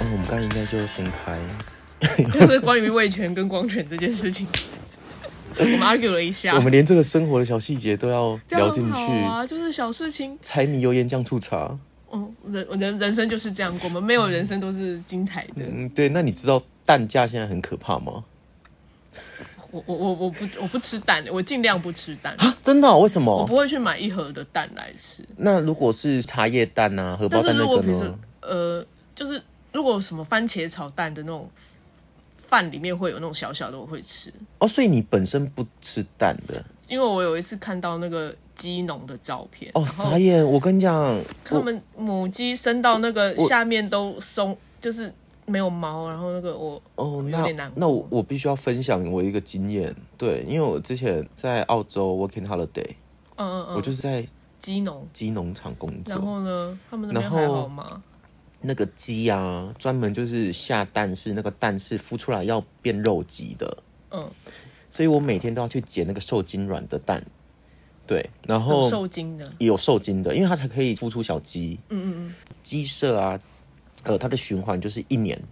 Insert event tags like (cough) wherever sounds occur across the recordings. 哦就是先开。 (laughs) 就是关于味全跟光权这件 (laughs) 事情，我们 argue 了一下。我们连这个生活的小细节都要这聊样进很去。好啊，就是小事情。柴米油盐酱醋茶。哦，人人人生就是这样，我们没有人生都是精彩的。嗯，对。那你知道蛋价现在很可怕吗？我我我我不我不吃蛋，我尽量不吃蛋，啊，真的哦、为什我不么？会去买一盒的蛋来吃。那如果是茶叶蛋啊、荷包但是蛋那如果个平时呢？呃，就是如果什么番茄炒蛋的那种饭里面会有那种小小的，我会吃。哦，所以你本身不吃蛋的。因为我有一次看到那个鸡农的照片，哦，然后傻眼！我跟你讲， (laughs) 他我们母鸡生到那个我下面都松，就是没有毛，然后那个我哦，有那点难过那我我必须要分享我一个经验，对，因为我之前在澳洲 working holiday，、嗯嗯嗯，我就是在鸡农。鸡农场工作，然后呢，他们那边然后还好吗？那个鸡啊，专门就是下蛋是那个蛋是孵出来要变肉鸡的，嗯，所以我每天都要去捡那个受精卵的蛋，对，然有后受精的。也有受精的，因为它才可以孵出小鸡，嗯嗯鸡舍啊，呃，它的循环就是一年，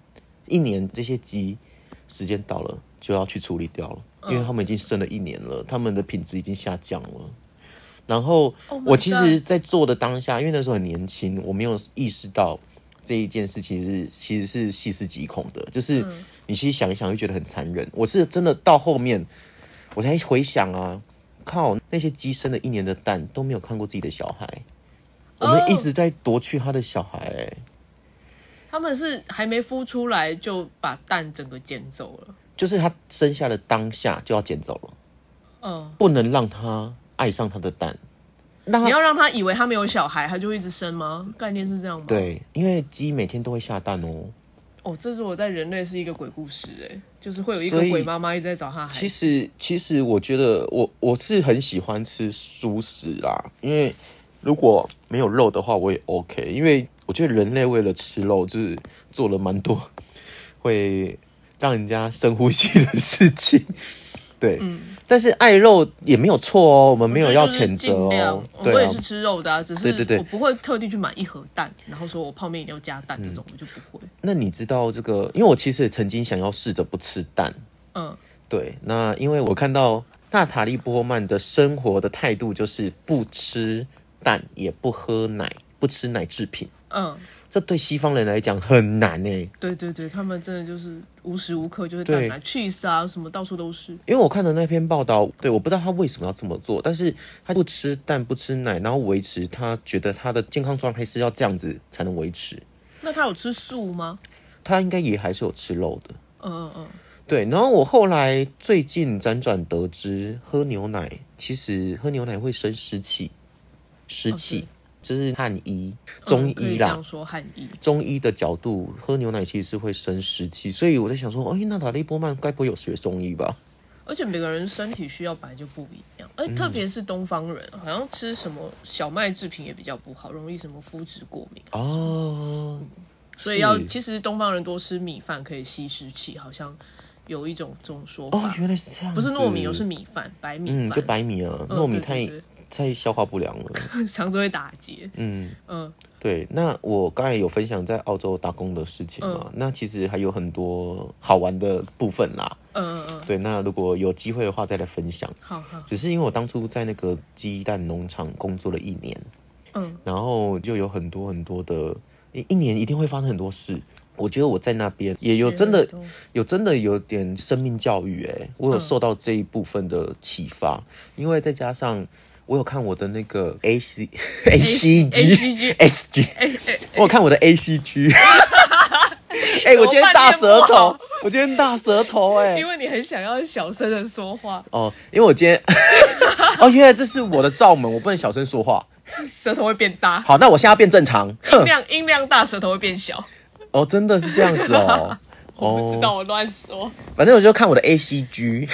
一年这些鸡时间到了就要去处理掉了，嗯因为它们已经生了一年了，它们的品质已经下降了。然后 Oh my 我其实，在做的当下，因为那时候很年轻，我没有意识到这一件事其实是其实是细思极恐的，就是嗯你其实想一想会觉得很残忍。我是真的到后面，我才回想啊，靠，那些鸡生了一年的蛋都没有看过自己的小孩，我们一哦直在夺去他的小孩、欸嗯，他们是还没孵出来就把蛋整个捡走了。就是他生下的当下就要捡走了，嗯，不能让他爱上他的蛋。那你要让他以为他没有小孩，他就会一直生吗？概念是这样吗？。对，因为鸡每天都会下蛋哦。哦，这是我在人类是一个鬼故事哎、就是会有一个所以鬼妈妈一直在找他孩其子。实，其实我觉得我我是很喜欢吃素食啦，因为如果没有肉的话，我也 OK。因为我觉得人类为了吃肉，就是做了蛮多会让人家深呼吸的事情。对，嗯，但是爱肉也没有错哦，我们没有要我觉得就是谴责尽量哦。我对也啊是，吃肉的啊，只是对对对我不会特地去买一盒蛋，然后说我泡面一定要加蛋这种，我就不会。那你知道这个？因为我其实也曾经想要试着不吃蛋，嗯，对，那因为我看到娜塔莉波曼的生活的态度就是不吃蛋，也不喝奶，不吃奶制品，嗯，这对西方人来讲很难欸诶、对对对，他们真的就是无时无刻就是对蛋奶、cheese 啊，什么到处都是。因为我看的那篇报道，对，我不知道他为什么要这么做，但是他不吃蛋不吃奶，然后维持他觉得他的健康状态是要这样子才能维持。那他有吃素吗？他应该也还是有吃肉的，嗯嗯嗯，对。然后我后来最近辗转得知，喝牛奶其实喝牛奶会生湿气，湿哦气对、这是汉医、中嗯可以医这啦。样说汉医。中医的角度，喝牛奶其实是会生湿气，所以我在想说，哎、娜塔莉波曼该不会有学中医吧？而且每个人身体需要本来就不一样，嗯而特别是东方人，好像吃什么小麦制品也比较不好，容易什么肤质过敏。哦，所以要是其实东方人多吃米饭可以吸湿气，好像有一种这种说法，哦，原来是这样不子，是糯米哦，是米饭，白米饭，嗯，就白米啊，嗯糯米对太、对对 (laughs) 太消化不良了，肠子会打结。嗯。嗯对，那我刚才有分享在澳洲打工的事情嗯嘛，那其实还有很多好玩的部分啦。嗯嗯嗯，对，那如果有机会的话再来分享。好好，只是因为我当初在那个鸡蛋农场工作了一年，嗯然后就有很多很多的，一一年一定会发生很多事。我觉得我在那边也有真的学很多有真的有点生命教育、欸，我有嗯受到这一部分的启发，因为再加上我有看我的那个 A (laughs) C A C G ACG S G， (laughs) 哎哎，我有看我的 A C G，哎、我今天大舌头， (laughs) 我今天大舌头、欸，因为你很想要小声的说话， (laughs) 哦，因为我今天， (laughs) 哦，原来这是我的罩门，我不能小声说话。舌头会变大，好，那我现在要变正常。音哼，量音量大，舌头会变小。。哦，真的是这样子哦 (laughs) 我不知道，哦，我 (laughs) 乱说，反正我就看我的 A C G，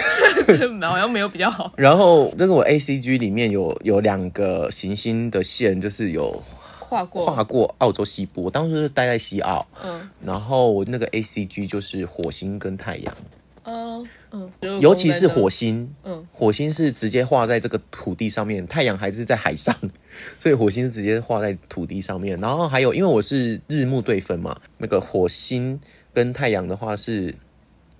好像没有比较好。然后这个我 A C G 里面有有两个行星的线，就是有跨过，跨过澳洲西部，我当时是待在西澳，嗯然后我那个 A C G 就是火星跟太阳。嗯嗯，尤其是火，星，嗯火星是直接画在这个土地上面，太阳还是在海上， (laughs) 所以火星是直接画在土地上面。然后还有，因为我是日木对分嘛，那个火星跟太阳的话是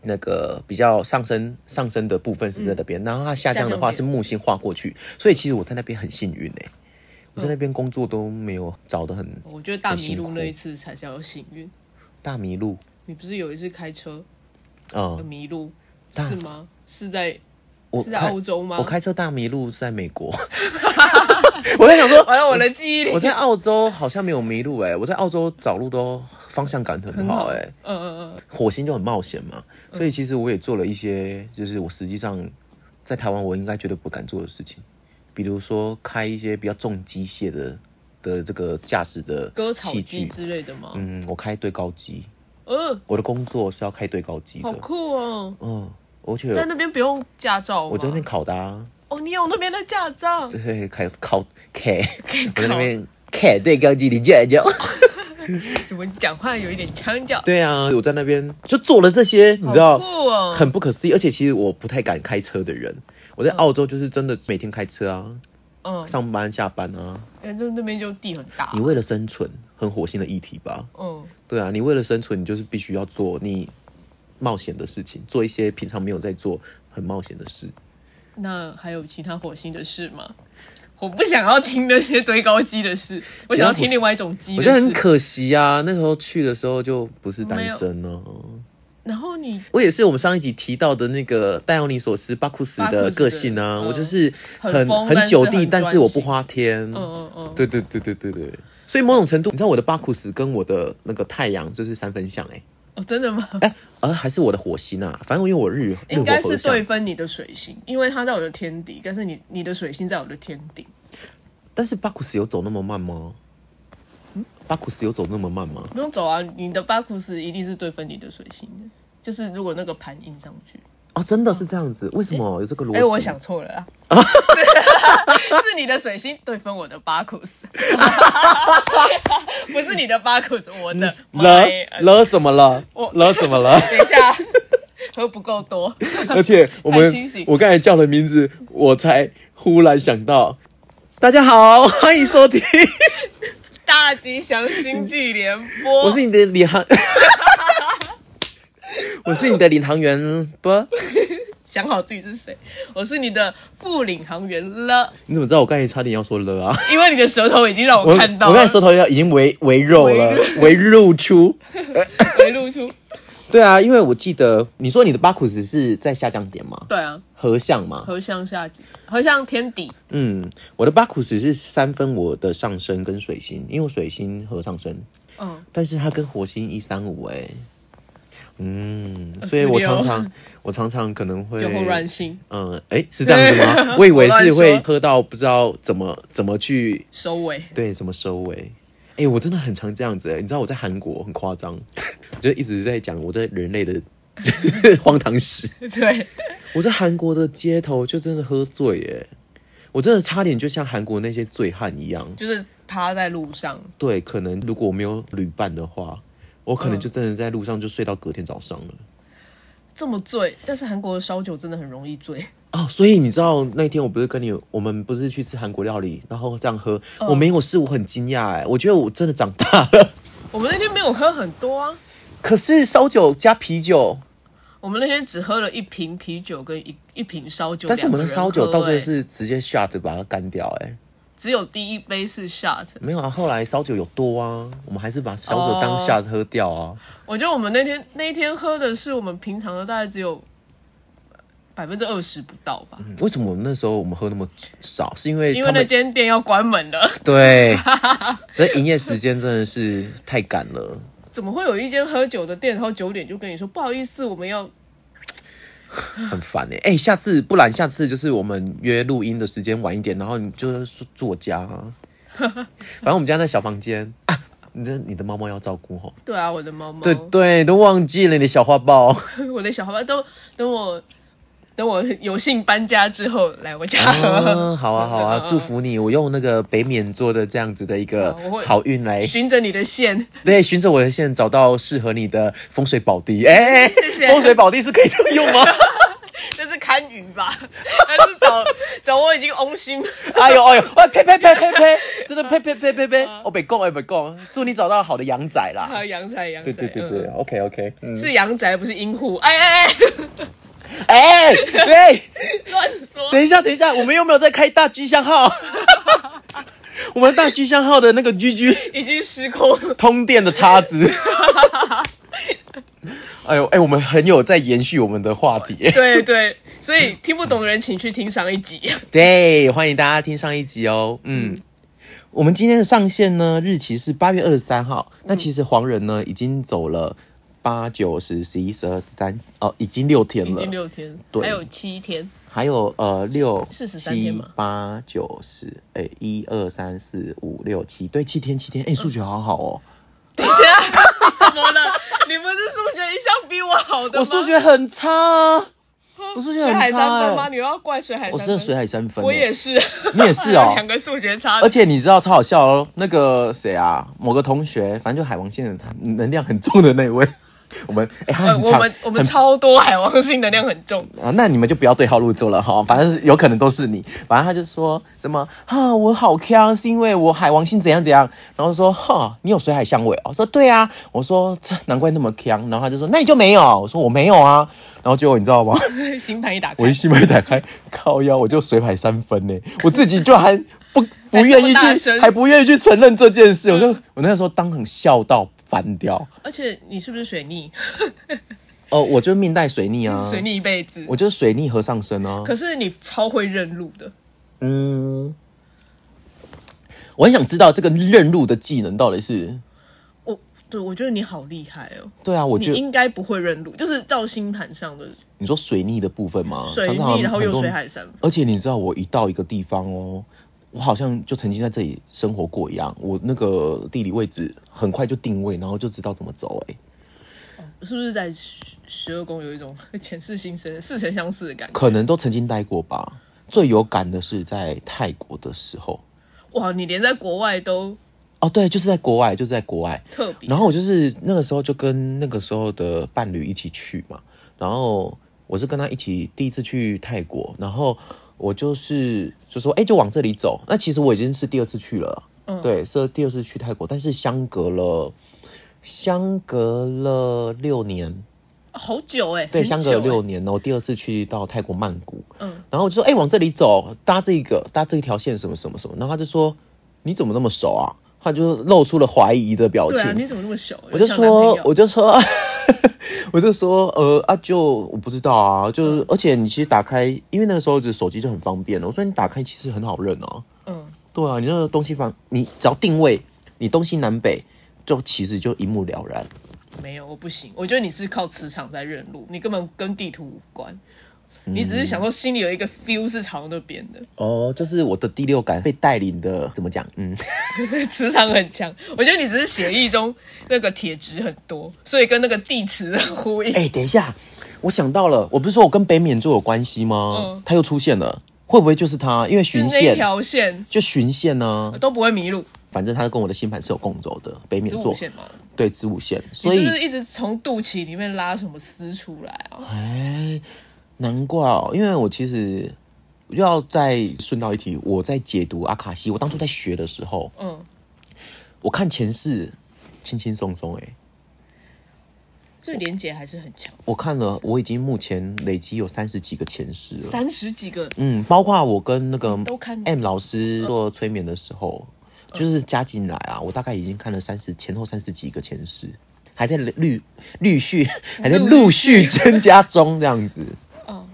那个比较上升上升的部分是在那边，然后它下降的话下是降点木星画过去，所以其实我在那边很幸运哎、我在那边工作都没有找的很嗯我觉得大很迷辛路苦那一次才叫幸运。大迷路你不是有一次开车啊、嗯迷路大是吗？是在我是在开啊欧洲吗？我开车大迷路是在美 (laughs) 国，我在想说，完了，我的记忆力 (laughs) 我在澳洲好像没有迷路哎、我在澳洲找路都方向感很好哎、嗯嗯嗯，火星就很冒险嘛，嗯所以其实我也做了一些，就是我实际上在台湾我应该绝对不敢做的事情，比如说开一些比较重机械的的这个驾驶的割草器机具，之类的吗？嗯，我开对高机，嗯，我的工作是要开对高机好的，酷哦，嗯，而在且那边不用驾照吗我在那边考的、啊，哦，你有那边的驾照就，是考考 (laughs) K，我在那边 (laughs) K 对高机的驾照。怎么讲话有一点腔调？对啊，我在那边就做了这些，你知道，好酷哦很不可思议。而且其实我不太敢开车的人，我在澳洲就是真的每天开车啊，嗯，上班下班啊。反正那边就地很大你，为了生存，很火星的议题吧？嗯，对啊，你为了生存，你就是必须要做你冒险的事情，做一些平常没有在做很冒险的事。那还有其他火星的事吗？我不想要听那些堆高机的事，我想要听另外一种机我的觉得很事。可惜啊，那时候去的时候就不是单身哦、然后你我也是我们上一集提到的那个戴奥尼索斯巴库斯巴库斯的的个性啊，嗯我就是很很疯但是久地，很但专是我不情花天。嗯嗯嗯，对对对对对对。所以某种程度，你知道我的巴库斯跟我的那个太阳就是三分相哎、哦，真的吗？欸，哎、呃还是我的火星啊，反正因为我日日 (laughs) 应火该合是对相，分你的水星，因为它在我的天底，但是你你的水星在我的天顶。但是巴库斯有走那么慢吗？嗯巴库斯有走那么慢吗？不用走啊，你的巴库斯一定是对分你的水星的，就是如果那个盘印上去，哦，真的是这样子，为什么有这个逻辑？哎、我想错了啊， (laughs) 是你的水星对分我的巴库 (laughs) 斯，不是你的巴库斯，我的了 my- 嗯了怎么了我？了怎么 (laughs) 了？等一下，喝不够多，而且我太们清醒我刚才叫了名字，我才忽然想到，大家好，欢迎收听，大吉祥星际联播，我是你的领航， (laughs) 我是你的领航员不？想好自己是谁，我是你的副领航员了，你怎么知道我刚才差点要说了啊？因为你的舌头已经让我我哦看到我了刚才舌头要已经围围肉了，围露出。没露出，对啊，因为我记得你说你的巴库斯是在下降点吗？对啊，合相吗？合向下集，合向天底，嗯，我的巴库斯是三分我的上升跟水星，因为我水星合上升，嗯。但是它跟火星一三五哎，嗯， 26所以我常常我常常可能会就会乱性嗯，哎、是这样子吗？我以为是我会乱说喝到不知道怎么怎么去收尾。 (laughs) 对怎么收尾。哎、我真的很常这样子、哎，你知道我在韩国很夸张，我就一直在讲我在人类的 (laughs) 荒唐史。对，我在韩国的街头就真的喝醉耶、我真的差点就像韩国那些醉汉一样。就是趴在路上，对，可能如果我没有旅伴的话，我可能嗯就真的在路上就睡到隔天早上了。这么醉，但是韩国的烧酒真的很容易醉。哦，所以你知道那天我不是跟你，我们不是去吃韩国料理，然后这样喝，嗯我没有事，我很惊讶哎，我觉得我真的长大 (laughs) 了。我们那天没有喝很多啊，可是烧酒加啤酒，我们那天只喝了一瓶啤酒跟一一瓶烧酒，但是我们的两个人烧酒喝到最后欸是直接 shot 把它干掉哎，只有第一杯是 shot。没有啊，后来烧酒有多啊，我们还是把烧酒当哦下喝掉啊。我觉得我们那天那一天喝的是我们平常的大概只有百分之二十不到吧，嗯为什么那时候我们喝那么少？是因为他因为们那间店要关门了。 (laughs) 对，所以营业时间真的是太赶了。怎么会有一间喝酒的店，然后九点就跟你说不好意思，我们要很烦哎、欸！哎、下次不然下次就是我们约录音的时间晚一点，然后你就是住住我 (laughs) 家、啊，反正我们家那小房间啊，你的你的猫猫要照顾吼。对啊，我 (laughs) 的猫猫， (laughs) 对对，都忘记了你的小花豹。我的小花花都等我等我有幸搬家之后来我家喝。 (laughs) 啊好啊好啊，祝福你！我用那个北冕做的这样子的一个好啊我会好运来，循着你的线， (laughs) 对，循着我的线找到适合你的风水宝 (laughs) 地。哎、哎谢谢风水宝地是可以这么用 (laughs) 吗？那是堪舆吧？ (laughs) 但是找 (laughs) 找我已经翁心，哎呦哎呦，喂呸呸呸呸呸，真的啊呸呸呸呸呸，我北贡哎北贡，祝你找到好的阳仔啊，啦。阳宅阳宅，对对对嗯对、o k OK，嗯，是阳宅不是阴户，哎哎 (laughs) 哎，哎哎，乱说。等一下等一下，我们又没有在开大居相 (laughs) 号，我们大居相号的那个居居已经 (laughs) 失控。通电的叉 (laughs) 子。哎呦哎，我们很有在延续我们的话题。 (laughs) 对对，所以听不懂的人请去听上一集。对，欢迎大家听上一集哦。嗯，我们今天的上线呢，日期是八月二十三号。嗯那其实黄人呢已经走了八九十十一十二十三哦，已经六天已了经。六天，对还有七天，还有呃六是13天七吗八九十哎一二三四五六七对七天七天哎嗯数学好好哦，等一下，怎么了？ (laughs) 你不是数学一向比我好的吗？我数学很差啊，我数学水很海差三分吗？哎、你要怪水海我三是分？水海三分、我也是。是。你也是哦 (laughs) 两个数学差。而且你知道超好笑哦，那个谁啊，某个同学，反正就海王线的他能量很重的那一位， (laughs) 我们哎、他呃，很我常们我们很超多海王星能量很重， (laughs) 啊，那你们就不要对号入座了哈，反正有可能都是你。反正他就说怎么啊，我好康，是因为我海王星怎样怎样。然后说哈，你有水海香味哦。我说对啊，我说这难怪那么康。然后他就说那你就没有，我说我没有啊。然后结果你知道吗？ (laughs) 星盘一打开，我一心门打开，靠腰我就水海三分呢，我自己就还不不愿意还这么大去，声还不愿意去承认这件事。我就我那时候当场笑到翻掉。而且你是不是水逆？哦，我就是命带水逆啊， (laughs) 水，逆一辈子。我就是水逆和上身啊。可是你超会认路的，嗯，我很想知道这个认路的技能到底是……我对我觉得你好厉害哦。对啊，我觉你得应该不会认路，就是照星盘上的你说水逆的部分嘛，水啊常常逆，然后很又多水海三分。而且你知道，我一到一个地方哦，我好像就曾经在这里生活过一样，我那个地理位置很快就定位，然后就知道怎么走、哎，哦是不是在十十二宫有一种 (laughs) 前世今生、似曾相识的感觉？可能都曾经待过吧。最有感的是在泰国的时候，哇，你连在国外都哦，对，就是在国外，就是在国外。特别。然后我就是那个时候就跟那个时候的伴侣一起去嘛，然后我是跟他一起第一次去泰国，然后我就是就说，哎、就往这里走。那其实我已经是第二次去了，嗯对，是第二次去泰国，但是相隔了相隔了六年，好久哎、对，很久相隔欸六年，然后第二次去到泰国曼谷，嗯，然后我就说，哎、往这里走，搭这个，搭这一条线，什么什么什么。然后他就说，你怎么那么熟啊？他就露出了怀疑的表对情。啊，你怎么那么小？我就像男朋说友，我就说， (laughs) 我就说，呃啊，就我不知道啊，就是，而且你其实打开，因为那个时候就手机就很方便了，我说你打开其实很好认啊，嗯，对啊，你那个东西方，你只要定位，你东西南北，就其实就一目了然。没有，我不行，我觉得你是靠磁场在认路，你根本跟地图无关，嗯你只是想说心里有一个 feel 是朝那边的， (laughs) 哦，就是我的第六感被带领的，怎么讲？嗯，磁场很强。我觉得你只是血液中那个铁质很多，所以跟那个地磁很呼 (laughs) 应。哎、等一下，我想到了，我不是说我跟北冕座有关系吗嗯？它又出现了，会不会就是它？因为就巡那一线，条线就巡线呢、都不会迷路，反正它跟我的星盘是有共轴的，北子冕午座。线嘛。对子午线，你所是以不是一直从肚脐里面拉什么丝出来啊？哎，难怪哦，因为我其实又要再顺道一提，我在解读阿卡西，我当初在学的时候，嗯，我看前世轻轻松松哎，所以连接还是很强，我看了，我已经目前累积有三十几个前世了，三十几个嗯，包括我跟那个都看嗯 M 老师做催眠的时候，就是加进来啊，我大概已经看了三十前后三十几个前世。还在陆陆续， (laughs) 还在陆续增加中这样子。嗯，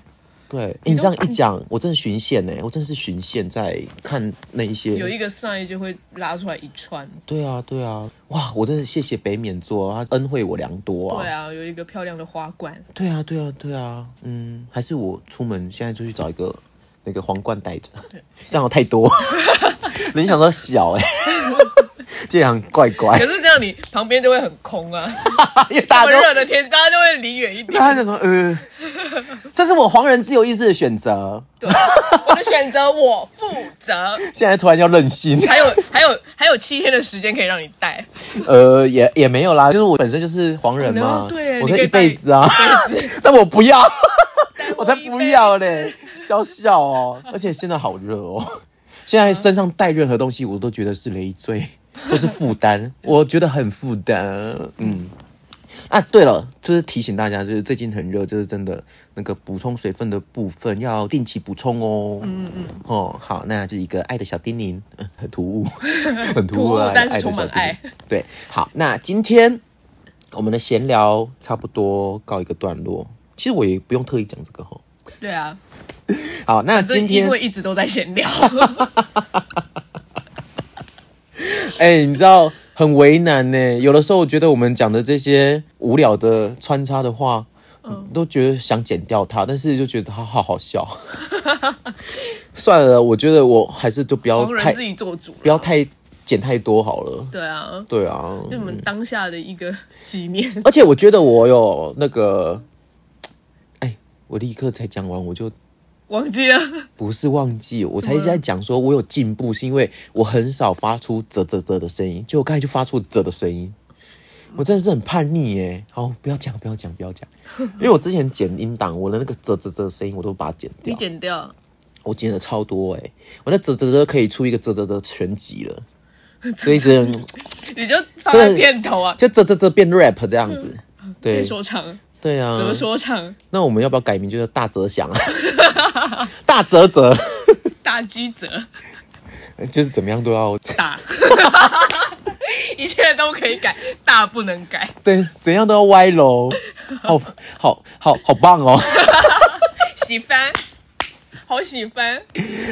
对，你你这都样一讲，我真的巡线欸呢、我真的是巡线在看那一些。有一个 sign 就会拉出来一串。对啊，对啊，哇，我真的谢谢北冕座啊，他恩惠我良多啊。对。啊，有一个漂亮的花冠，对啊，对啊，对啊，嗯，还是我出门现在就去找一个那 (laughs) (laughs) 个皇冠戴着，这样我太多，你想说小哎、欸这样怪怪可，是这样你旁边就会很空啊， (laughs) 因为这 (laughs) 大么家都热的天，大家就会离远一点。 (laughs) 大家那种呃，这是我黄人自由意志的选择，对，我的选择我负 (laughs) 责。现在突然要任 (laughs) 性，还有还有还有七天的时间可以让你带， (laughs) 呃，也也没有啦，就是我本身就是黄人嘛，哦对我你可可以以一辈子啊， (laughs) 但我不要，我才不要嘞，笑笑哦，而且现在好热哦，现在身上带任何东西我都觉得是累赘，都是负担，我觉得很负担，嗯。啊，对了，就是提醒大家，就是最近很热，就是真的那个补充水分的部分要定期补充哦。嗯嗯，哦，好，那这是一个爱的小叮咛， (laughs) 嗯很突 (laughs) 兀，很突兀突兀啊，但是爱的充满小叮咛爱。对，好，那今天我们的闲聊差不多告一个段落。其实我也不用特意讲这个哈。对啊，好，那反正今因天，为一直都在闲聊， (laughs) 哎、你知道很为难呢。有的时候我觉得我们讲的这些无聊的穿插的话，嗯都觉得想剪掉它，但是就觉得它好好 (laughs) 笑。算了，我觉得我还是就不要黄太人自己做主，不要，太剪太多好了。对啊，对啊，就我们当下的一个 (laughs) 纪念，而且我觉得我有那个，哎，我立刻才讲完，我就忘记了，不是忘记，我才一直怎么在了讲说我有进步，是因为我很少发出啧啧啧的声音，就我刚才就发出啧的声音，我真的是很叛逆耶。好，不要讲，不要讲，不要讲，因为我之前剪音档，我的那个啧啧啧的声音我都把它剪你掉，剪掉，我剪了超多哎，我那啧啧啧可以出一个啧啧啧全集 (laughs) 了，所以只能你就放在片头啊，就啧啧啧变 rap 这样子，对变嗯说唱，对啊，怎么说唱，那我们要不要改名就叫大哲祥啊？ (laughs) 大哲哲大居者 (laughs) 就是怎么样都要大， (laughs) 一切都可以改，大不能改， (laughs) 对，怎样都要歪楼，好好好好棒哦！ (laughs) 喜欢，好喜欢，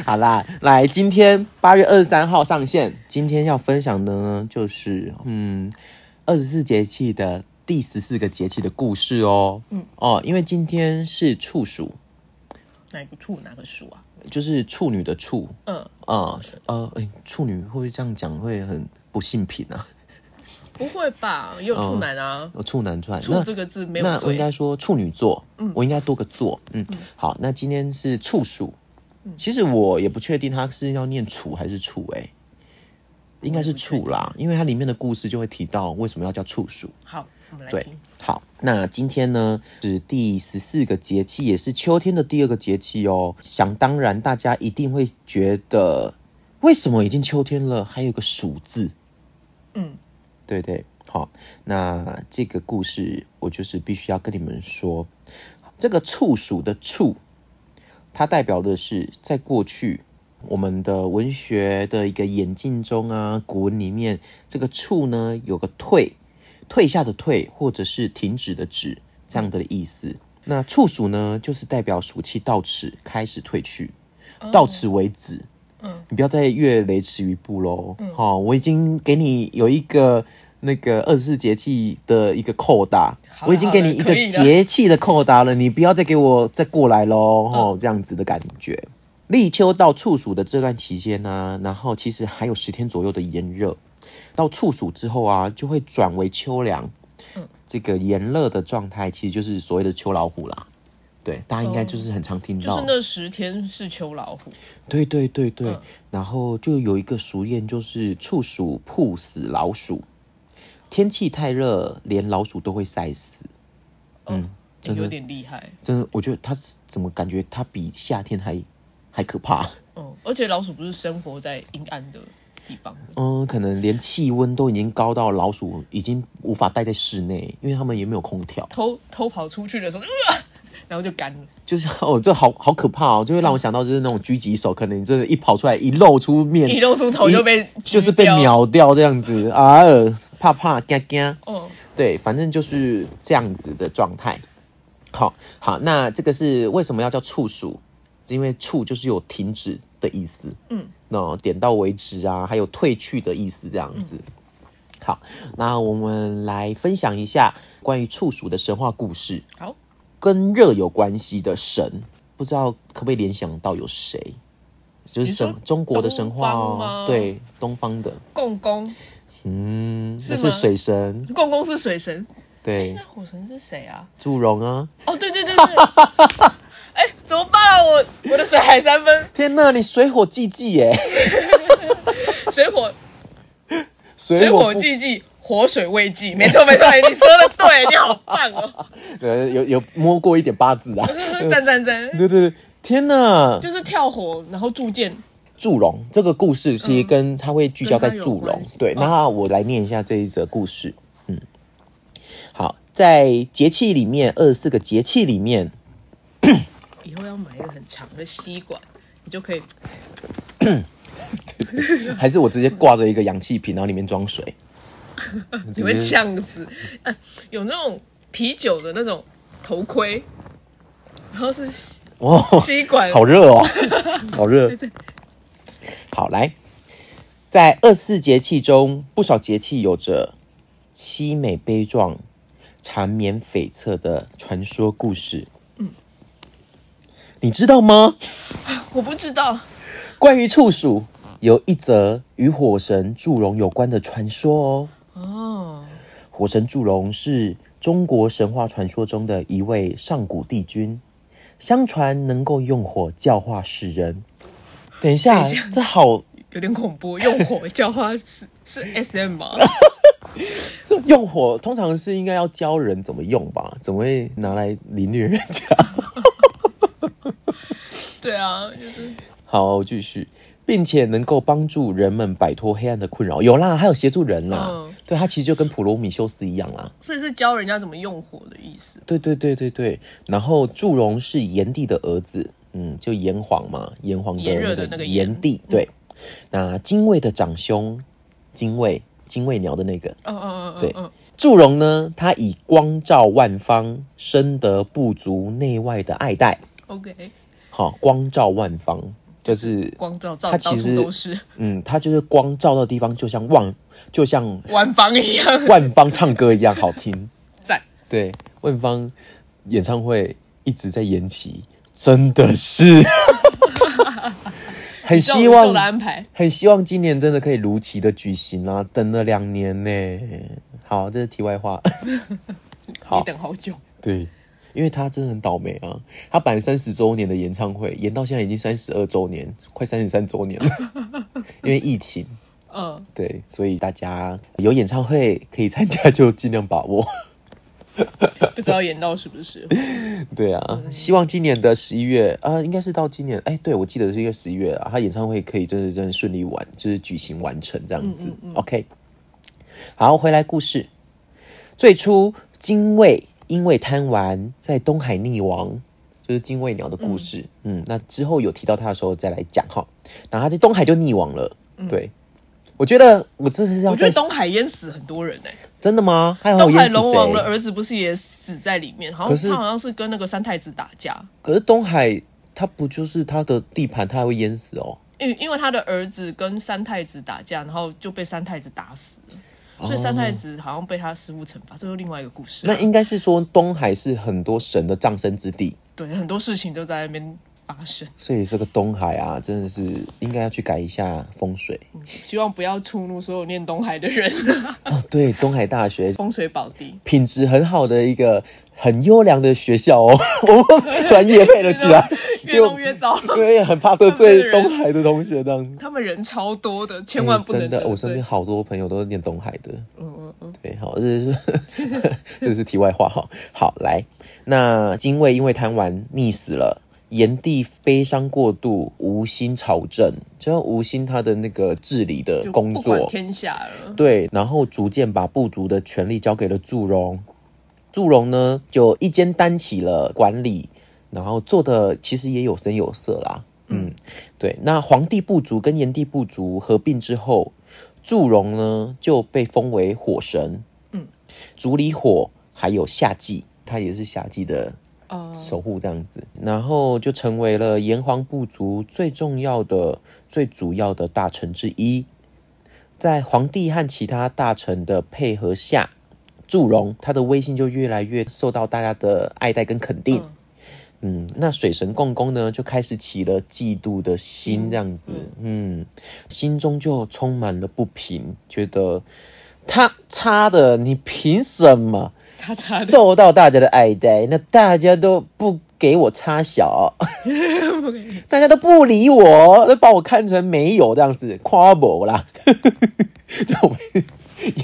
好啦，来今天八月二十三号上线，今天要分享的呢就是嗯二十四节气的第十四个节气的故事哦。嗯哦，因为今天是处暑，哪个处哪个数啊？就是处女的处。嗯，啊、呃，哎处女会不会这样讲会很不性品啊？不会吧？也有处男啊，呃处男传，处那这个字没有那罪我应该说处女座，嗯我应该多个座，嗯，嗯好，那今天是处暑，嗯其实我也不确定他是要念楚还是楚哎、应该是处啦，因为它里面的故事就会提到为什么要叫处暑。好，我们来对听。，好，那今天呢是第十四个节气，也是秋天的第二个节气哦。想当然，大家一定会觉得为什么已经秋天了，还有个暑字？嗯，对对，好，那这个故事我就是必须要跟你们说，这个处暑的处，它代表的是在过去我们的文学的一个演进中啊，古文里面这个处呢有个退，退下的退或者是停止的止这样的意思。那处暑呢，就是代表暑气到此开始退去，到此为止。嗯，你不要再越雷池一步喽。嗯好、我已经给你有一个那个二十四节气的一个扣打，好了我已经给你一好个了可以了节气的扣打了，你不要再给我再过来喽。嗯哦，这样子的感觉。立秋到处暑的这段期间呢、然后其实还有十天左右的炎热，到处暑之后啊，就会转为秋凉。嗯这个炎热的状态其实就是所谓的秋老虎啦。对，大家应该就是很常听哦就到。是那十天是秋老虎，对对对对，嗯然后就有一个俗谚，就是处暑曝死老鼠，天气太热，连老鼠都会晒死。嗯嗯，真的有点厉害。真的，我觉得它是怎么感觉它比夏天还还可怕？嗯，而且老鼠不是生活在阴暗的地方的， (laughs) 嗯，可能连气温都已经高到老鼠已经无法待在室内，因为它们也没有空调。偷偷跑出去的时候，呃然后就干了。就是哦，这好好可怕哦，就会让我想到就是那种狙击手，可能你真的一跑出来一露出面，一露出头就被一狙就是被掉秒掉这样子啊，怕怕嘎嘎。嗯，对，反正就是这样子的状态。好，好，那这个是为什么要叫处暑？是因为处就是有停止的意思，嗯，那点到为止啊，还有退去的意思这样子。嗯好，那我们来分享一下关于处暑的神话故事，好，跟热有关系的神，不知道可不可以联想到有谁？就是你说神中国的神话东方哦吗，对，东方的，共工嗯，是那吗是水神，公公是水神，对那，火神是谁啊？祝融啊！哦，对对对对， (laughs) 哎、怎么办啊？我我的水海三分， (laughs) 天呐，你水火济济耶！水火水火不济济，火水未济，没错 (laughs) 没错，哎你说的对，你好棒哦，呃，有有摸过一点八 (laughs) 字啊。赞赞赞，对对对，天呐！就是跳火然后铸剑，祝融这个故事其实跟它会聚焦在祝嗯跟它有融关系。对，哦那我来念一下这一则故事。嗯，好，在节气里面，二十四个节气里 (laughs) 面，以后要买一个很长的吸管，你就可以还是我直接挂着一个氧气瓶，然后里面装水。 (laughs) 你会呛死。哎，有那种啤酒的那种头盔，然后是哦，吸管，好热 (laughs) 哦，好热对。对好，来，在二四节气中，不少节气有着凄美悲壮、缠绵悱恻的传说故事。嗯你知道吗？我不知道，关于处暑，有一则与火神祝融有关的传说哦。哦，火神祝融是中国神话传说中的一位上古帝君，相传能够用火教化世人。等一下，等一下这好，有点恐怖，用火浇花是是 S M (laughs) 吗？这用火通常是应该要教人怎么用吧？怎么会拿来凌虐人家？ (laughs) 对啊，就是好，继续，并且能够帮助人们摆脱黑暗的困扰。有啦，还有协助人啦。嗯对，他其实就跟普罗米修斯一样啦。所以是教人家怎么用火的意思。对对对对对，然后祝融是炎帝的儿子，嗯，就炎黄嘛，炎黄炎热的的那个炎嗯炎帝，对。那精卫的长兄，精卫，精卫鸟的那个嗯嗯嗯对嗯嗯，祝融呢，他以光照万方，深得部族内外的爱戴。 ，OK，好，光照万方就是光照照它到其处实都是，嗯，他就是光照到的地方，就像万，就像晚房一样，万方唱歌一样好听。赞，对，万芳演唱会一直在延期，真的是，很希宇宙的望，安排。很希望今年真的可以如期的举行啦、等了两年呢。好，这是题外话。好你等好久，对，因为他真的很倒霉啊，他本来三十周年的演唱会延到现在已经三十二周年，快三十三周年了，因为疫情。嗯，对，所以大家有演唱会可以参加就尽量把握。不知道演到什 (laughs) 么时候。对啊，嗯希望今年的十一月啊、呃应该是到今年，哎，对，我记得是一个十一月啊，他演唱会可以真的真的顺利完，就是举行完成这样子。嗯嗯嗯 OK，好，回来故事。最初，精卫因为贪玩，在东海溺亡，就是精卫鸟的故事。嗯那之后有提到它的时候再来讲哈。然后它在东海就溺亡了。嗯对，我觉得我这是要我觉得再东海淹死很多人哎、真的吗？还有东淹海死龙王的谁？儿子不是也死在里面？好可像是他好像是跟那个三太子打架，可是东海它不就是它的地盘，它还会淹死哦。因为因为他的儿子跟三太子打架，然后就被三太子打死了，所以三太哦子好像被他师傅惩罚，这是另外一个故事啊、那应该是说东海是很多神的葬身之地，对很多事情都在那边发生，所以这个东海啊，真的是应该要去改一下风水嗯希望不要触怒所有念东海 (laughs) 的人，哦。对，东海大学风水宝地。品质很好的一个很优良的学校哦， (laughs) 我们突然夜配了起来， (laughs) 越弄越糟因为对，因为很怕得罪东海的同学这样子。他们人超多的，千万不能哎真的，我身罪边好多朋友都是念东海的。嗯嗯嗯，对，好，这是 (laughs) 这是题外话哈。好，来，那精卫因为贪玩溺死了，炎帝悲伤过度，无心朝政，就像无心他的那个治理的嗯就工不管作，天下了。对，然后逐渐把部族的权力交给了祝融，祝融呢就一肩担起了管理，然后做的其实也有声有色啦。嗯，对，那黄帝部族跟炎帝部族合并之后，祝融呢就被封为火神，嗯，主理火，还有夏季，他也是夏季的哦、守护这样子，然后就成为了炎黄部族最重要的、最主要的大臣之一。在皇帝和其他大臣的配合下，祝融他的威信就越来越受到大家的爱戴跟肯定。嗯嗯，那水神共工呢，就开始起了嫉妒的心，这样子，嗯，心中就充满了不平，觉得他差的，你凭什么他差的，受到大家的爱戴？那大家都不给我差小，大家都不理我，都把我看成没有这样子，夸我啦， (laughs) 就我们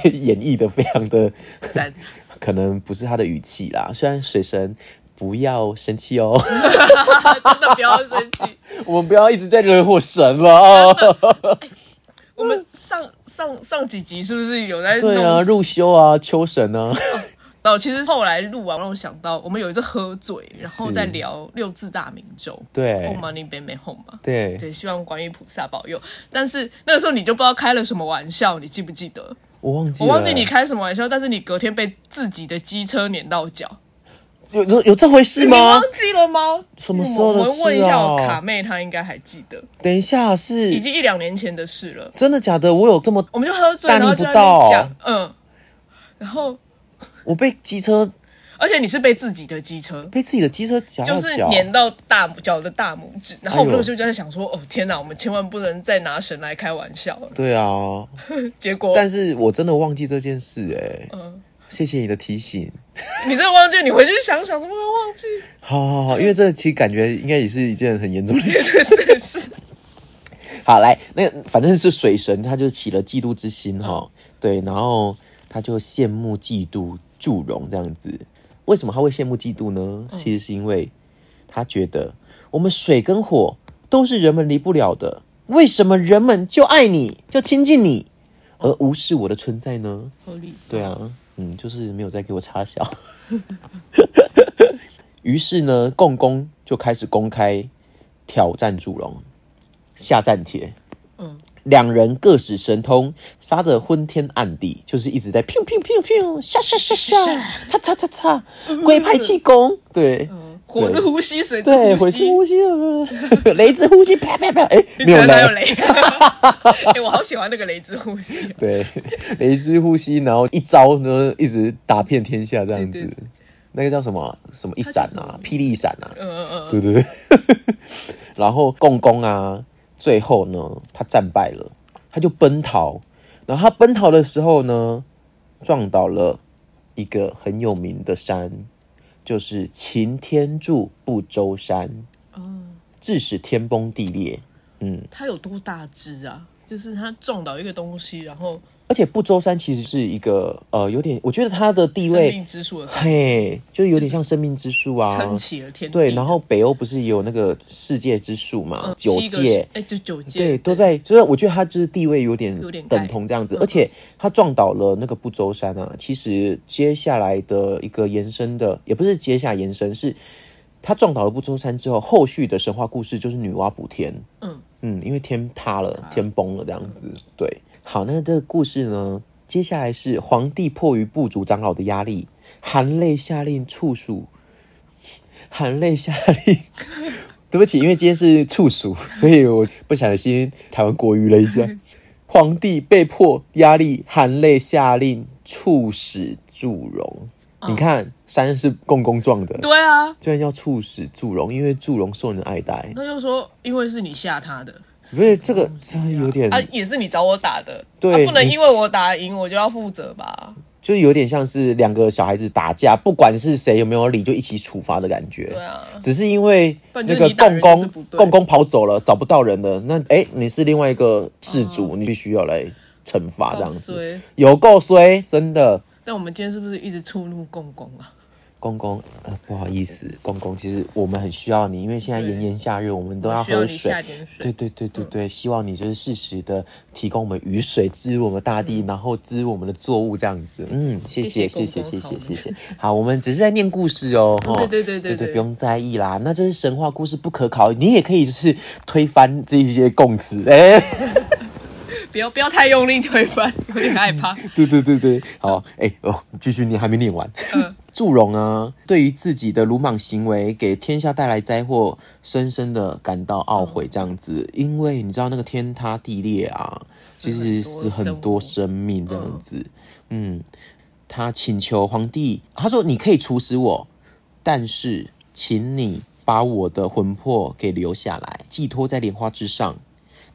演演绎的非常的 (laughs) 赞，可能不是他的语气啦，虽然水神不要生气哦。 (laughs) 真的不要生气。 (laughs) 我们不要一直在惹火神了啊！我们上上上几集是不是有在弄对啊，入修啊，秋神 (laughs) 啊，然后其实后来录完，让我想到我们有一次喝醉，然后是在聊六字大明咒，对 Om Mani Padme Hum 嘛。对，对，希望观音菩萨保佑。但是那个时候你就不知道开了什么玩笑，你记不记得？我忘记我了，忘记你开什么玩笑，但是你隔天被自己的机车碾到脚，有有有这回事你吗忘？记了吗？什么时候的我们问一事下啊我卡妹，她应该还记得，等一下已是经一两年前的事了。真的假的？我有这么我们就喝醉，大然逆后不就在那边道讲，嗯，然后我被机车而且你是被自己的机车，被自己的机车夹就到是脚，粘到大拇脚的大拇指，然后哎我呦们就在想说，哦天哪，我们千万不能再拿神来开玩笑了。对啊，结果，但是我真的忘记这件事哎、嗯，谢谢你的提醒。你真的忘记，你回去想想，怎么会 (laughs) 忘记好好嗯好，因为这其实感觉应该也是一件很严重的事。这件事？好，来，那个反正是水神，他就起了嫉妒之心哈、对，然后他就羡慕、嫉妒、祝融这样子。为什么他会羡慕、嫉妒呢？嗯其实是因为他觉得我们水跟火都是人们离不了的，为什么人们就爱你，就亲近你，而无视我的存在呢？合理。对啊，嗯，就是没有再给我插小。于是呢，共工就开始公开挑战祝融，下战帖。嗯，两人各使神通，杀得昏天暗地，就是一直在 p i u p i u p i u p i u 下下下下，擦擦擦擦，鬼派气功，对嗯，火之呼吸，水之对，呼回之吸，呼吸，呃雷之呼吸， (laughs) 啪啪啪，哎，没有 (laughs) 你哪有雷， (laughs) 雷？哎、我好喜欢那个雷之呼吸哦。对， (laughs) 雷之呼吸，然后一招呢，一直打遍天下这样对对子，那个叫什么什么一闪它叫什啊么，霹雳一闪啊，嗯嗯对嗯，对 (laughs) 对。然后共工啊，最后呢，他战败了，他就奔逃。然后他奔逃的时候呢，撞倒了一个很有名的山，就是擎天柱不周山，哦，致使天崩地裂。嗯，它有多大只啊？就是它撞倒一个东西，然后而且不周山其实是一个呃，有点，我觉得它的地生位，命之树啊的嘿，就有点像生命之树啊。撑起了天地。对，然后北欧不是也有那个世界之树嘛，嗯九七个界，哎，就九界，对，都在，就是我觉得他就是地位有点有点等盖同这样子，嗯而且他撞倒了那个不周山啊。其实接下来的一个延伸的，也不是接下来延伸，是他撞倒了不周山之后，后续的神话故事就是女娲补天，嗯，嗯，因为天塌了啊，天崩了这样子。对，好，那这个故事呢，接下来是皇帝迫于部族长老的压力，含泪下令处暑，含泪下令。 (laughs) 对不起，因为今天是处暑，所以我不小心台湾国语了一下。皇帝被迫压力，含泪下令处死祝融。嗯你看，山是共工撞的，对啊，居然要处死祝融，因为祝融受人爱戴。他就说因为是你吓他的，不是这个，真的有点，啊，也是你找我打的，对啊、不能你因为我打赢我就要负责吧？就是有点像是两个小孩子打架，不管是谁有没有理，就一起处罚的感觉。对啊，只是因为不然那就是个你打共人就工是不对共工跑走了，找不到人了，那哎、你是另外一个事主，哦你必须要来惩罚这好样子，衰。有够衰，真的。那哎我们今天是不是一直触怒公公啊？公公，呃，不好意思，公公，其实我们很需要你，因为现在对炎炎夏日，我们都要需要喝你下水。点水。对嗯对对对对，希望你就是适时的提供我们雨水，滋润我们大地，然后滋润我们的作物这样子。嗯，谢谢谢谢嗯谢谢谢公谢公谢谢。好，我们只是在念故事哦。嗯齁对对对对对对不用在意啦。那这是神话故事，不可考。你也可以就是推翻这一些供词，哎、不要不要太用力推翻，有点 (laughs) 害怕。对对对对，好，哎、哦，继续念，还没念完。嗯祝融啊，对于自己的鲁莽行为给天下带来灾祸，深深的感到懊嗯悔，这样子，因为你知道那个天塌地裂啊，死其实很多死很生多物生命这样子，嗯，他请求皇帝，他说你可以处死我，但是请你把我的魂魄给留下来，寄托在莲花之上，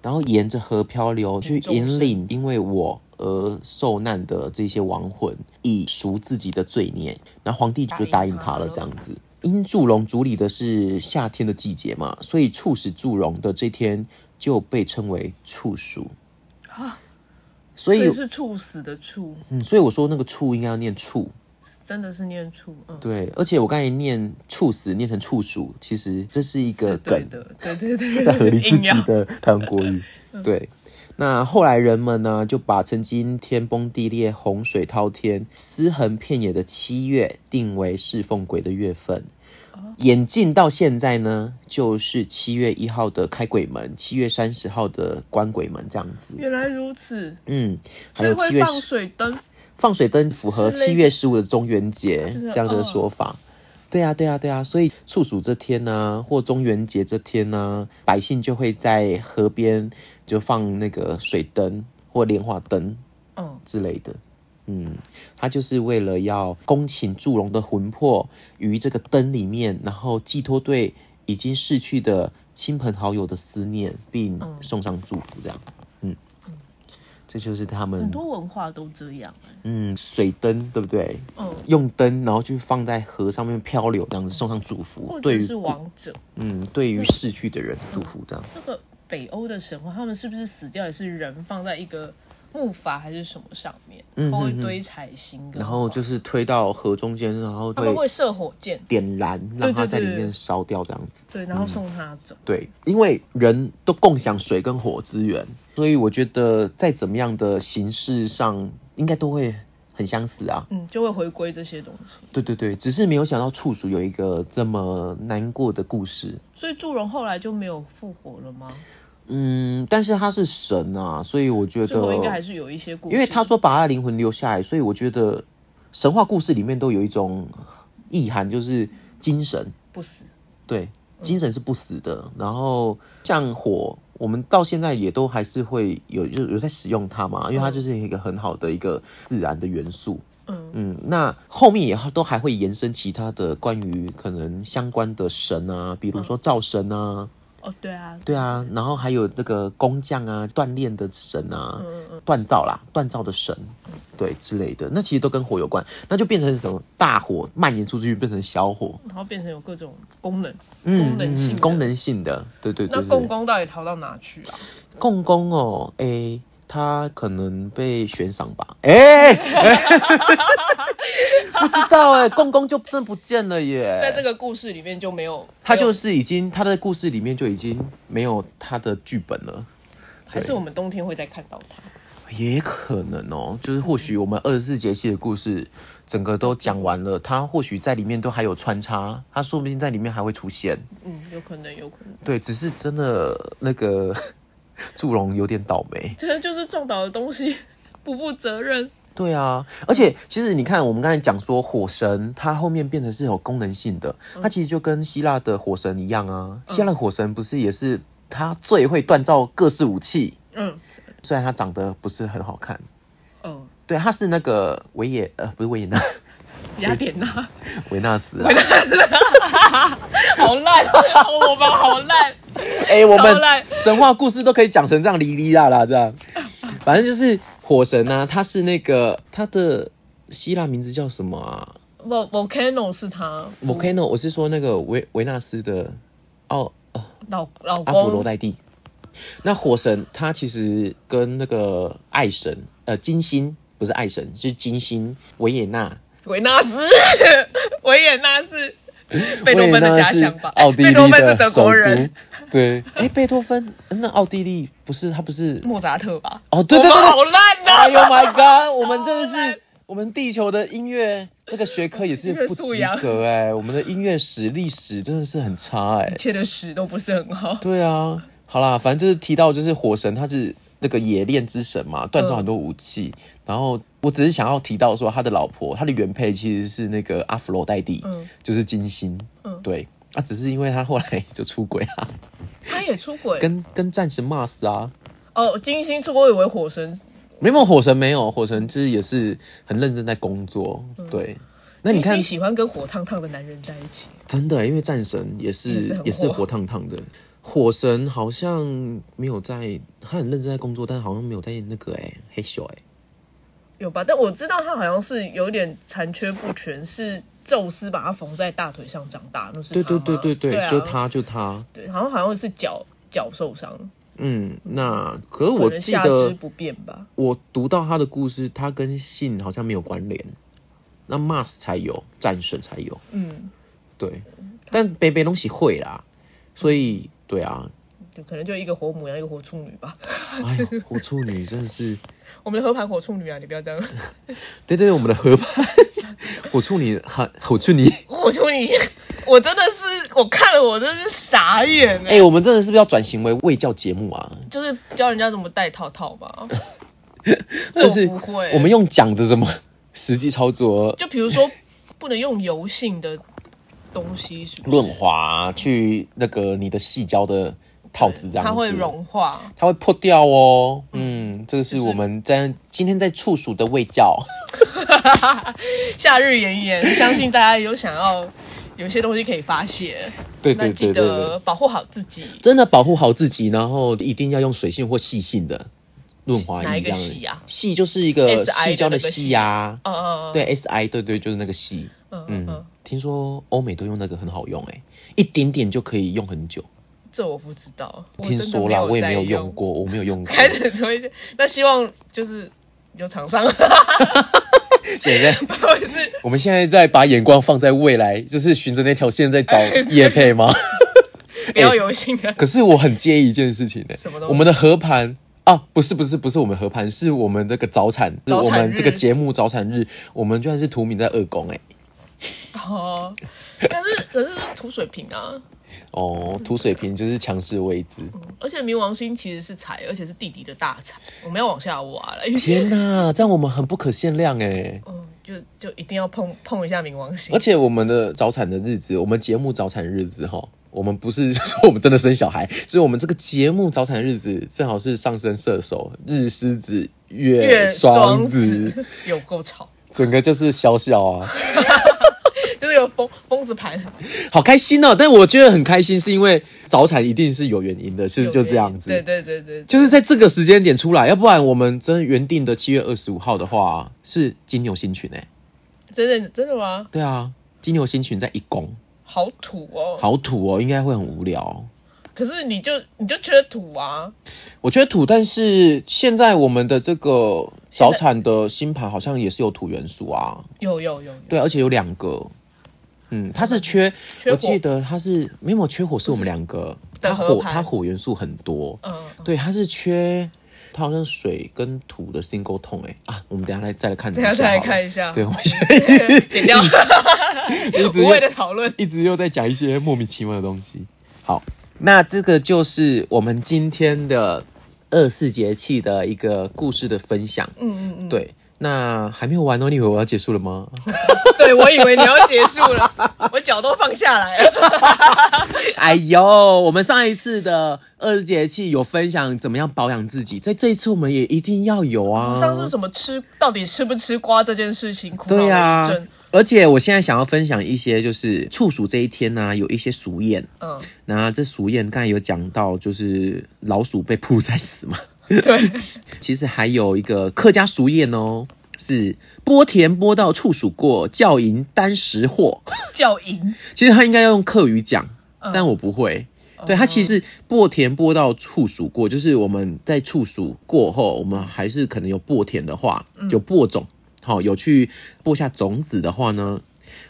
然后沿着河漂流，去引领因为我而受难的这些亡魂，以赎自己的罪孽。然后皇帝就答应他了，这样子。因祝融主理的是夏天的季节嘛，所以处死祝融的这天就被称为处暑。啊，所以，是猝死的猝，嗯，所以我说那个处应该要念处，真的是念猝，嗯，对。而且我刚才念处死念成处暑，其实这是一个是对梗，的，对 (laughs) 对在合对，理自硬己要嗯的台湾国 (laughs) 语。对，那后来人们呢，就把曾经天崩地裂、洪水滔天、尸横遍野的七月定为侍奉鬼的月份。哦演进到现在呢，就是七月一号的开鬼门，七月三十号的关鬼门这样子。原来如此，嗯，还所以有七会月放十水灯，放水灯符合之类七月十五的中元节就是这样的哦说法。对啊，对啊，对啊，所以处暑这天呢、或中元节这天呢、百姓就会在河边就放那个水灯或莲花灯嗯，之类的。嗯，他就是为了要恭请祝融的魂魄于这个灯里面，然后寄托对已经逝去的亲朋好友的思念，并嗯送上祝福，这样。嗯，这就是他们很多文化都这样、欸，嗯，水灯对不对？嗯，用灯，然后去放在河上面漂流，这样子送上祝福或，对者于是王者，嗯，对于逝去的人祝福这样。那个北欧的神话，他们是不是死掉也是人放在一个木筏还是什么上面，嗯然后嗯嗯会堆彩星跟花，然后就是推到河中间，然后他们会会射火箭，点燃，让它在里对对面烧掉这样子。对，然后送他走，对，因为人都共享水跟火资源，所以我觉得在怎么样的形式上，应该都会很相似啊。嗯，就会回归这些东西。对对对，只是没有想到处暑有一个这么难过的故事。所以祝融后来就没有复活了吗？嗯，但是他是神啊，所以我觉最后得应该还是有一些故事，因为他说把他的灵魂留下来，所以我觉得神话故事里面都有一种意涵，就是精神，不死，对，嗯精神是不死的。然后像火，我们到现在也都还是会有有有在使用它嘛，因为它就是一个很好的一个自然的元素。嗯，嗯，那后面也都还会延伸其他的关于可能相关的神啊，比如说灶神啊，哦，对啊，对啊，然后还有这个工匠啊、锻炼的神啊嗯，嗯嗯，锻造啦，锻造的神，对之类的，那其实都跟火有关，那就变成什么大火蔓延出去，变成小火，然后变成有各种功能，嗯，功能性嗯嗯的功能性的，对对对那对共工到底逃到哪去啊？共工哦，诶、他可能被悬赏吧， (laughs) 诶、不知道诶、共工就真不见了耶，在这个故事里面就没有，他哎就没有是已经他的故事里面就已经没有他的剧本了。还是我们冬天会再看到他。也可能哦，就是或许我们二十四节气的故事整个都讲完了，它或许在里面都还有穿插，它说不定在里面还会出现。嗯，有可能，有可能，对，只是真的那个 (laughs) 祝融有点倒霉。这就是撞倒的东西 (laughs) 不负责任。对啊，而且其实你看，我们刚才讲说火神，它后面变成是有功能性的，它其实就跟希腊的火神一样啊。希腊的火神不是也是他最会锻造各式武器，嗯虽然他长得不是很好看。嗯，对，他是那个维也呃不是维也纳。 (laughs) 雅典娜，维纳斯啊！好烂，哦我们好烂。哎、我们超烂神话故事都可以讲成这样哩哩啦啦这样，反正就是火神啊，他是那个他的希腊名字叫什么啊 Vol volcano 是他？Volcano，我是说那个维维纳斯的奥、呃老老阿佛罗公，代蒂。那火神他其实跟那个爱神呃金星不是爱神是金星维也纳维纳斯， (laughs) 维也纳是贝多维也芬的纳家是乡吧？奥地贝多利芬是的德首国人，都。对，哎、贝多芬那奥地利不是他不是莫扎特吧？哦，对对对我们好对，烂呐、哎呦 my god！我 (laughs) 们真的好烂是我们地球的音乐这个学科也是音乐不素及养格哎、我们的音乐史、历史真的是很差哎、一切的屎都不是很好。对啊，好啦，反正就是提到就是火神，他是那个冶炼之神嘛，锻造很多武器。然后我只是想要提到说，他的老婆，他的原配其实是那个阿弗洛代蒂，嗯就是金星。嗯，对，啊，只是因为他后来就出轨啊，他也出轨。跟跟战神 Mars 啊，哦，金星出轨，我以为火神。没有火神没有，火神就是也是很认真在工作，嗯对。那你毕竟看，喜欢跟火烫烫的男人在一起，真的，因为战神也是也是很也是火火烫烫的，火神好像没有在，他很认真在工作，但好像没有在那个哎、黑咻哎、有吧？但我知道他好像是有点残缺不全，是宙斯把他缝在大腿上长大，那是对对他吗对对对，对啊，所以他就他，对，好像好像是脚脚受伤，嗯，那可是可我能记下肢得不便吧？我读到他的故事，他跟性好像没有关联，那 Mars 才有，战神才有，嗯，对，但北北东西会啦，所以对啊，就可能就一个火母羊，一个火处女吧。 (laughs) 哎呦，火处女真的是。我们的合盘火处女啊，你不要这样，对对，对我们的合 (laughs) 拍，我处女很，我处女。火处女，我真的是我看了我真是傻眼哎、哎、我们真的是不是要转型为卫教节目啊？就是教人家怎么戴套 (laughs) 套吧。就这我是不会我们用讲的怎么实际操作就比如说，不能用油性的东西，是不是润滑去那个你的细胶的套子这样子，它会，融化。它会破掉哦。嗯，这个是我们在今天在处暑的卫教， (laughs) 夏日炎炎，相信大家有想要有些东西可以发泄， (laughs) 对对那记对对对得，保护好自己。真的保护好自己，然后一定要用水性或细性的润滑哪一液个这样。细啊细就是一个 SI 细胶的那个细细呀、嗯嗯嗯，对，S I，对对，就是那个细。嗯嗯嗯嗯，，听说欧美都用那个很好用、欸，一点点就可以用很久。这我不知道，我听真的说啦，我也在没有用 (laughs) 用。过，我没有用过。开始推荐，那希望就是有厂商， (laughs) 姐妹，或者是我们现在在把眼光放在未来，就是循着那条线 (laughs) 在找叶配吗？哎不要油性 (laughs) 的。可是我很介意一件事情呢、什么东西我们的合盘啊，不是不是不是我们合盘，是我们这个早产，是早我产们这个日节目早产日，我们居然是图名在二宫哎、哦，但是可是是土水瓶啊，哦，涂水平就是强势位置。嗯而且冥王星其实是财，而且是弟弟的大财，我们要往下挖了。因为天呐，这样我们很不可限量哎、嗯，就就一定要碰碰一下冥王星而。且我们的早产的日子，我们节目早产日子哈，我们不是说我们真的生小孩，是我们这个节目早产日子正好是上升射手、日狮子、月双子， (laughs) 有够吵，整个就是小小啊，就是有疯疯子盘，好开心哦！但我觉得很开心，是因为早产一定是有原因的，是就这样子。对对对对，就是在这个时间点出来，要不然我们真原定的七月二十五号的话是金牛星群哎、真的真的吗？对啊，金牛星群在一宫，好土哦。。好土哦，应该会很无聊。可是你就你就缺土啊，我觉得土，但是现在我们的这个早产的星盘好像也是有土元素啊，有有有有。对，而且有两个，嗯，它是缺，缺火我记得它是没有缺火，是我们两个，它的合火盘它火元素很多，嗯，嗯，对，它是缺，它好像水跟土的 single tone 哎、啊，我们等一下来再来看一等一下下，再来看一下 (laughs) 对，我们现在剪掉，一直 (laughs) 无谓的讨论。 (laughs) 一直又在讲一些莫名其妙的东西。好，那这个就是我们今天的二四节气的一个故事的分享。嗯嗯嗯，对，那还没有完哦，你以为我要结束了 (laughs) 吗？对，我以为你要结束了，我脚都放下来了。哎呦，我们上一次的二十节气有分享怎么样保养自己，在这一次我们也一定要有啊。上次什么吃，到底吃不吃瓜这件事情，苦恼了对一啊阵。，而且我现在想要分享一些，就是处暑这一天呢、有一些俗谚。嗯， (laughs) 那这俗谚刚才有讲到，就是老鼠被曝晒死嘛。 (laughs) 对， (laughs) 其实还有一个客家俗谚哦，是播田播到处暑过，叫银单食货。叫赢。其实他应该要用客语讲，嗯但我不会。哦对他其实是播田播到处暑过，就是我们在处暑过后，我们还是可能有播田的话，嗯有播种，好、有去播下种子的话呢，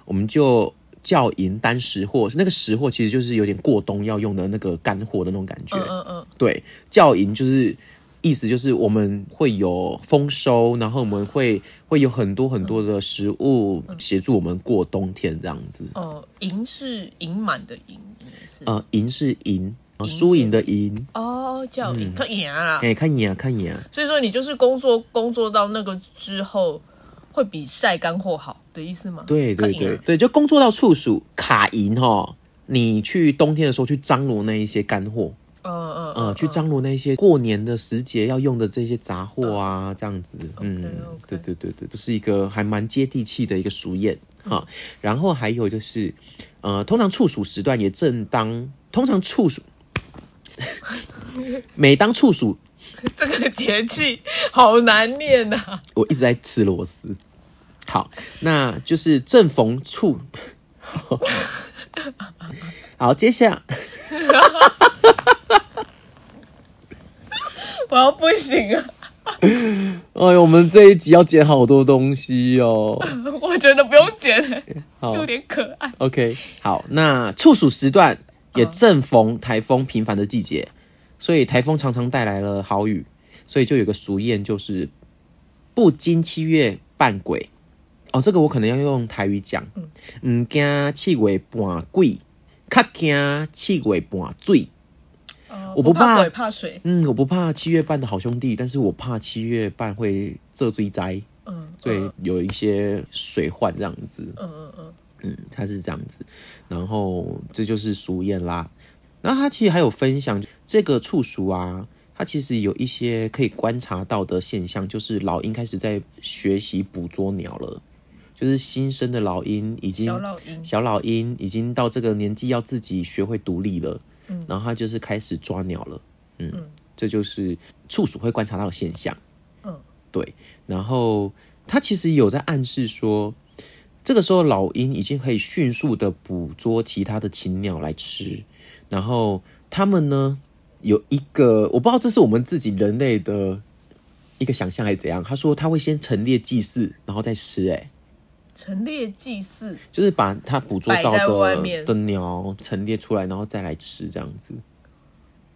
我们就叫银单食货。那个食货其实就是有点过冬要用的那个干货的那种感觉。嗯嗯嗯，对，教营就是意思就是我们会有丰收，然后我们会会有很多很多的食物协助我们过冬天这样子。嗯哦，赢是盈满的赢，应该是。呃，赢是赢，呃赢是输赢的赢。哦，叫赢，嗯他赢啊哎、。看你啊，看你啊，所以说你就是工作工作到那个之后，会比晒干货好的意思吗？对对他赢对啊。对，就哦工作到处暑卡银哈，你去冬天的时候去张罗那一些干货，嗯嗯呃，去张罗那些过年的时节要用的这些杂货啊，这样子，嗯 OK，OK 对对对对，这是一个还蛮接地气的一个俗谚嗯哈。然后还有就是，呃，通常处暑时段也正当，通常处暑， (laughs) 每当处暑，嗯 (laughs) 这个节气好难念啊呐、我一直在吃螺丝。好，那就是正逢处， (laughs) 好，接下 (laughs) 来。 (laughs) 我要不行啊！ (laughs) 哎呦，我们这一集要剪好多东西哦。我觉得不用剪，好有点可爱。 OK，好，那处暑时段也正逢台风频繁的季节，所以台风常常带来了好雨，所以就有个俗谚就是“不经七月半鬼”。哦，这个我可能要用台语讲，唔惊七月半鬼，较惊七月半水。呃我不不怕鬼，怕水。嗯，我不怕七月半的好兄弟，但是我怕七月半会这追灾，嗯，所以嗯有一些水患这样子。嗯嗯嗯，他是这样子，然后这就是俗谚啦。那他其实还有分享这个处暑啊，它其实有一些可以观察到的现象，就是老鹰开始在学习捕捉鸟了，就是新生的老鹰已经小老鹰小老鹰已经到这个年纪要自己学会独立了，嗯然后它就是开始抓鸟了，嗯，嗯这就是处暑会观察到的现象。嗯对，然后他其实有在暗示说，这个时候老鹰已经可以迅速的捕捉其他的禽鸟来吃，然后他们呢有一个我不知道这是我们自己人类的一个想象还是怎样，他说他会先陈列祭祀，然后再吃、欸，陈列祭祀。就是把他捕捉摆到在外的面的鸟陈列出来，然后再来吃这样子。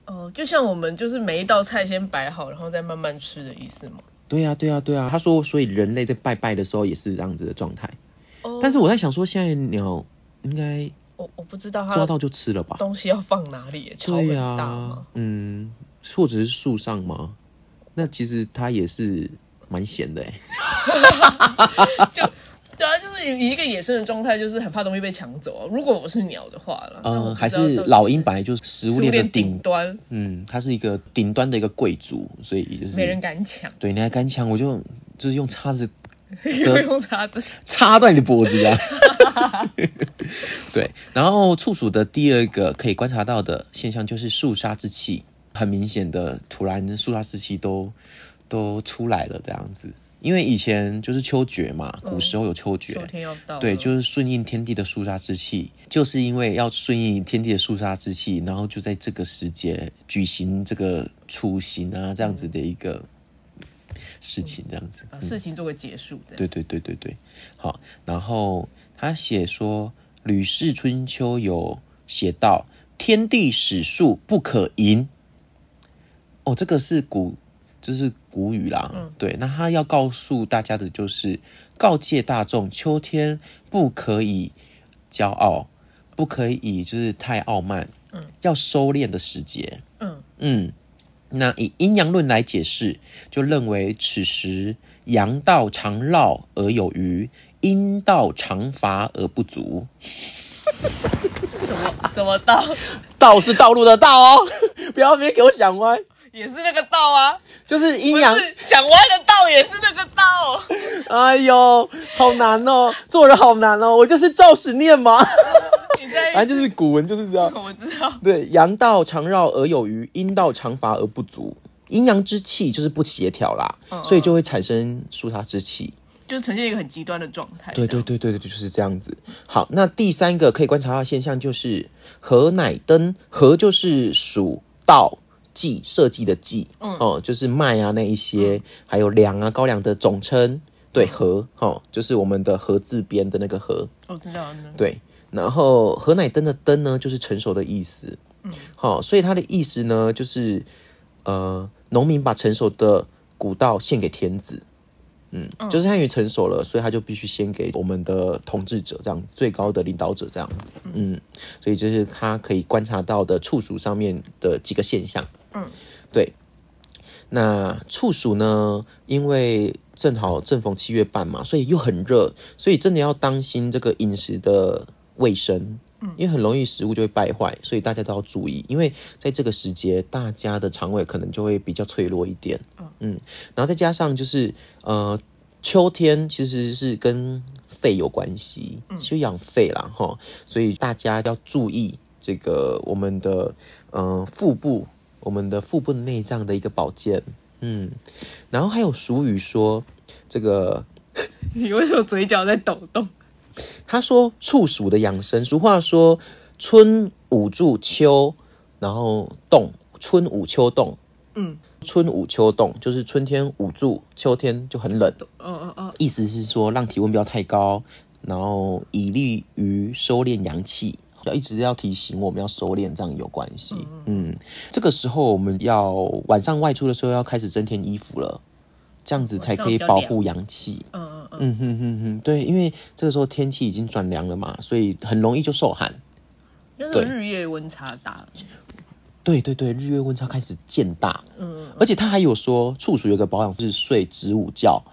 哦，就像我们就是每一道菜先摆好，然后再慢慢吃的意思吗？对呀、对呀、啊对呀、他说，所以人类在拜拜的时候也是这样子的状态。哦，但是我在想说，现在鸟应该我我不知道它抓到就吃了吧？东西要放哪里耶，超对啊很呀、大吗？嗯，或者是树上吗？那其实它也是蛮闲的哎、就对啊，就是以一个野生的状态，就是很怕东西被抢走啊。如果我是鸟的话啦，那嗯，我不知道还到底是老鹰本来就是食食物物链的链顶顶，端，嗯，它是一个顶端的一个贵族，所以就是没人敢抢，对，你还敢抢，我就就是用叉子不 (laughs) 用叉子。插断你的脖子啊！对，然后处暑的第二个可以观察到的现象就是肃杀之气，很明显的，突然肃杀之气都都出来了这样子。因为以前就是秋决嘛，古时候有秋决，秋天要到了，对，就是顺应天地的肃杀之气，就是因为要顺应天地的肃杀之气，然后就在这个时节举行这个处刑啊这样子的一个事情，这样子。把嗯事情做个结束的。对对对对对，好，然后他写说《吕氏春秋》有写到“天地始数不可淫”，哦，这个是古，这是古语啦。嗯对，那他要告诉大家的就是告诫大众，秋天不可以骄傲，不可以就是太傲慢，嗯要收敛的时节。嗯嗯，那以阴阳论来解释，就认为此时阳道常绕而有余，阴道常乏而不足。什么什么 (laughs) 道，道是道路的道哦， (laughs) 不要别给我想歪，也是那个道啊，就是阴不阳。是想歪的道，也是那个 (laughs) 道。哎呦，好难哦，做人好难哦，我就是照实念嘛。你在反正就是古文就是这样。 (laughs) 我知道，对，阳道常绕而有余，阴道常乏而不足。阴阳之气就是不协调啦，嗯嗯嗯所以就会产生肃杀之气。就呈现一个很极端的状态。对对对对对，就是这样子。好，那第三个可以观察到的现象就是和乃登，和就是属道计设计的计，嗯哦，就是麦啊那一些，还有粮啊高粱的总称，对嗯和，哦，就是我们的和字边的那个和，这样，我知道了。对。然后和乃登的登呢，就是成熟的意思，嗯好、所以它的意思呢，就是呃，农民把成熟的谷稻献给天子，嗯，嗯就是他已经成熟了，所以他就必须献给我们的统治者，这样最高的领导者这样子，嗯，所以这是他可以观察到的处暑上面的几个现象，嗯对。那处暑呢？因为正好正逢七月半嘛，所以又很热，所以真的要当心这个饮食的卫生。嗯嗯因为很容易食物就会败坏，所以大家都要注意，因为在这个时节，大家的肠胃可能就会比较脆弱一点。嗯然后再加上就是呃，秋天其实是跟肺有关系，嗯就养肺啦哈，所以大家要注意这个我们的呃腹部，我们的腹部内脏的一个保健。嗯，然后还有俗语说这个你为什么嘴角在抖动？他说处暑的养生，俗话说春捂住秋，然后冻，春捂秋冻，嗯，春捂秋冻就是春天捂住，秋天就很冷。哦哦哦，意思是说让体温不要太高，然后以利于收敛阳气。要一直要提醒我们要收敛，这样有关系。嗯，这个时候我们要晚上外出的时候要开始增添衣服了，这样子才可以保护阳气。嗯嗯嗯，嗯哼哼哼，对，因为这个时候天气已经转凉了嘛，所以很容易就受寒。因为那对个日夜温差大了。对对对，日月温差开始渐大，嗯，嗯而且他还有说，处暑有个保养是睡子午觉，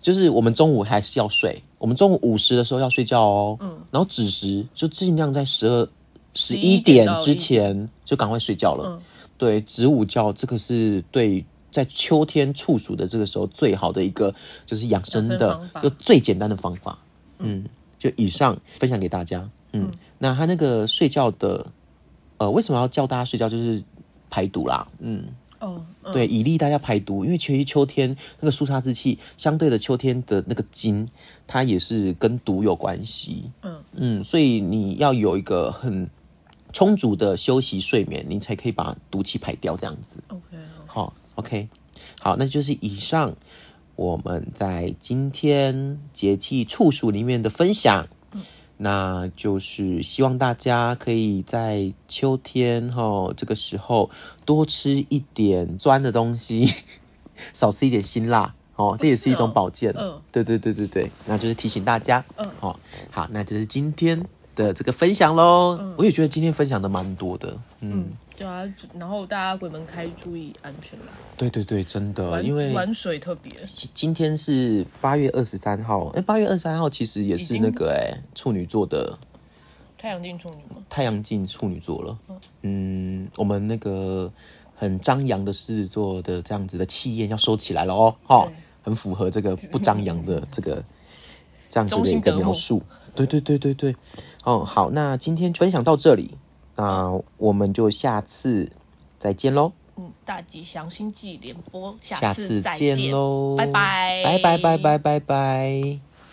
就是我们中午还是要睡，我们中午午时的时候要睡觉哦。嗯然后子时就尽量在十二、十一11点点到之前就赶快睡觉了。嗯对，子午觉这个是对在秋天处暑的这个时候最好的一个就是养生养生的方法又最简单的方法。嗯，就以上分享给大家。嗯嗯，那他那个睡觉的，呃，为什么要叫大家睡觉？就是排毒啦。嗯。哦，嗯对，，以利大家排毒，因为其实秋天那个肃杀之气，相对的秋天的那个金，它也是跟毒有关系。嗯嗯，所以你要有一个很充足的休息睡眠，你才可以把毒气排掉，这样子。 ，OK，好哦好，OK，好，那就是以上我们在今天节气处暑里面的分享。嗯那就是希望大家可以在秋天哈、这个时候多吃一点酸的东西，少吃一点辛辣哦，这也是一种保健。嗯对对对对对，那就是提醒大家。嗯好、好，那就是今天的这个分享喽。嗯我也觉得今天分享的蛮多的。嗯嗯，对啊，然后大家鬼门开注意安全啦，对对对，真的，玩因为玩水特别，今今天是八月二十三号，哎、八月二十三号其实也是已经那个哎、处女座的太阳镜处女嘛，太阳镜处女座了嗯。嗯，我们那个很张扬的狮子座的这样子的气焰要收起来了哦，哈对，很符合这个不张扬 (laughs) 的这个这样子中的心一个格描目述。对对对对对，哦，好，那今天分享到这里，那我们就下次再见喽，嗯，大吉祥星际联播，下次再见喽，拜拜，拜拜拜拜拜拜。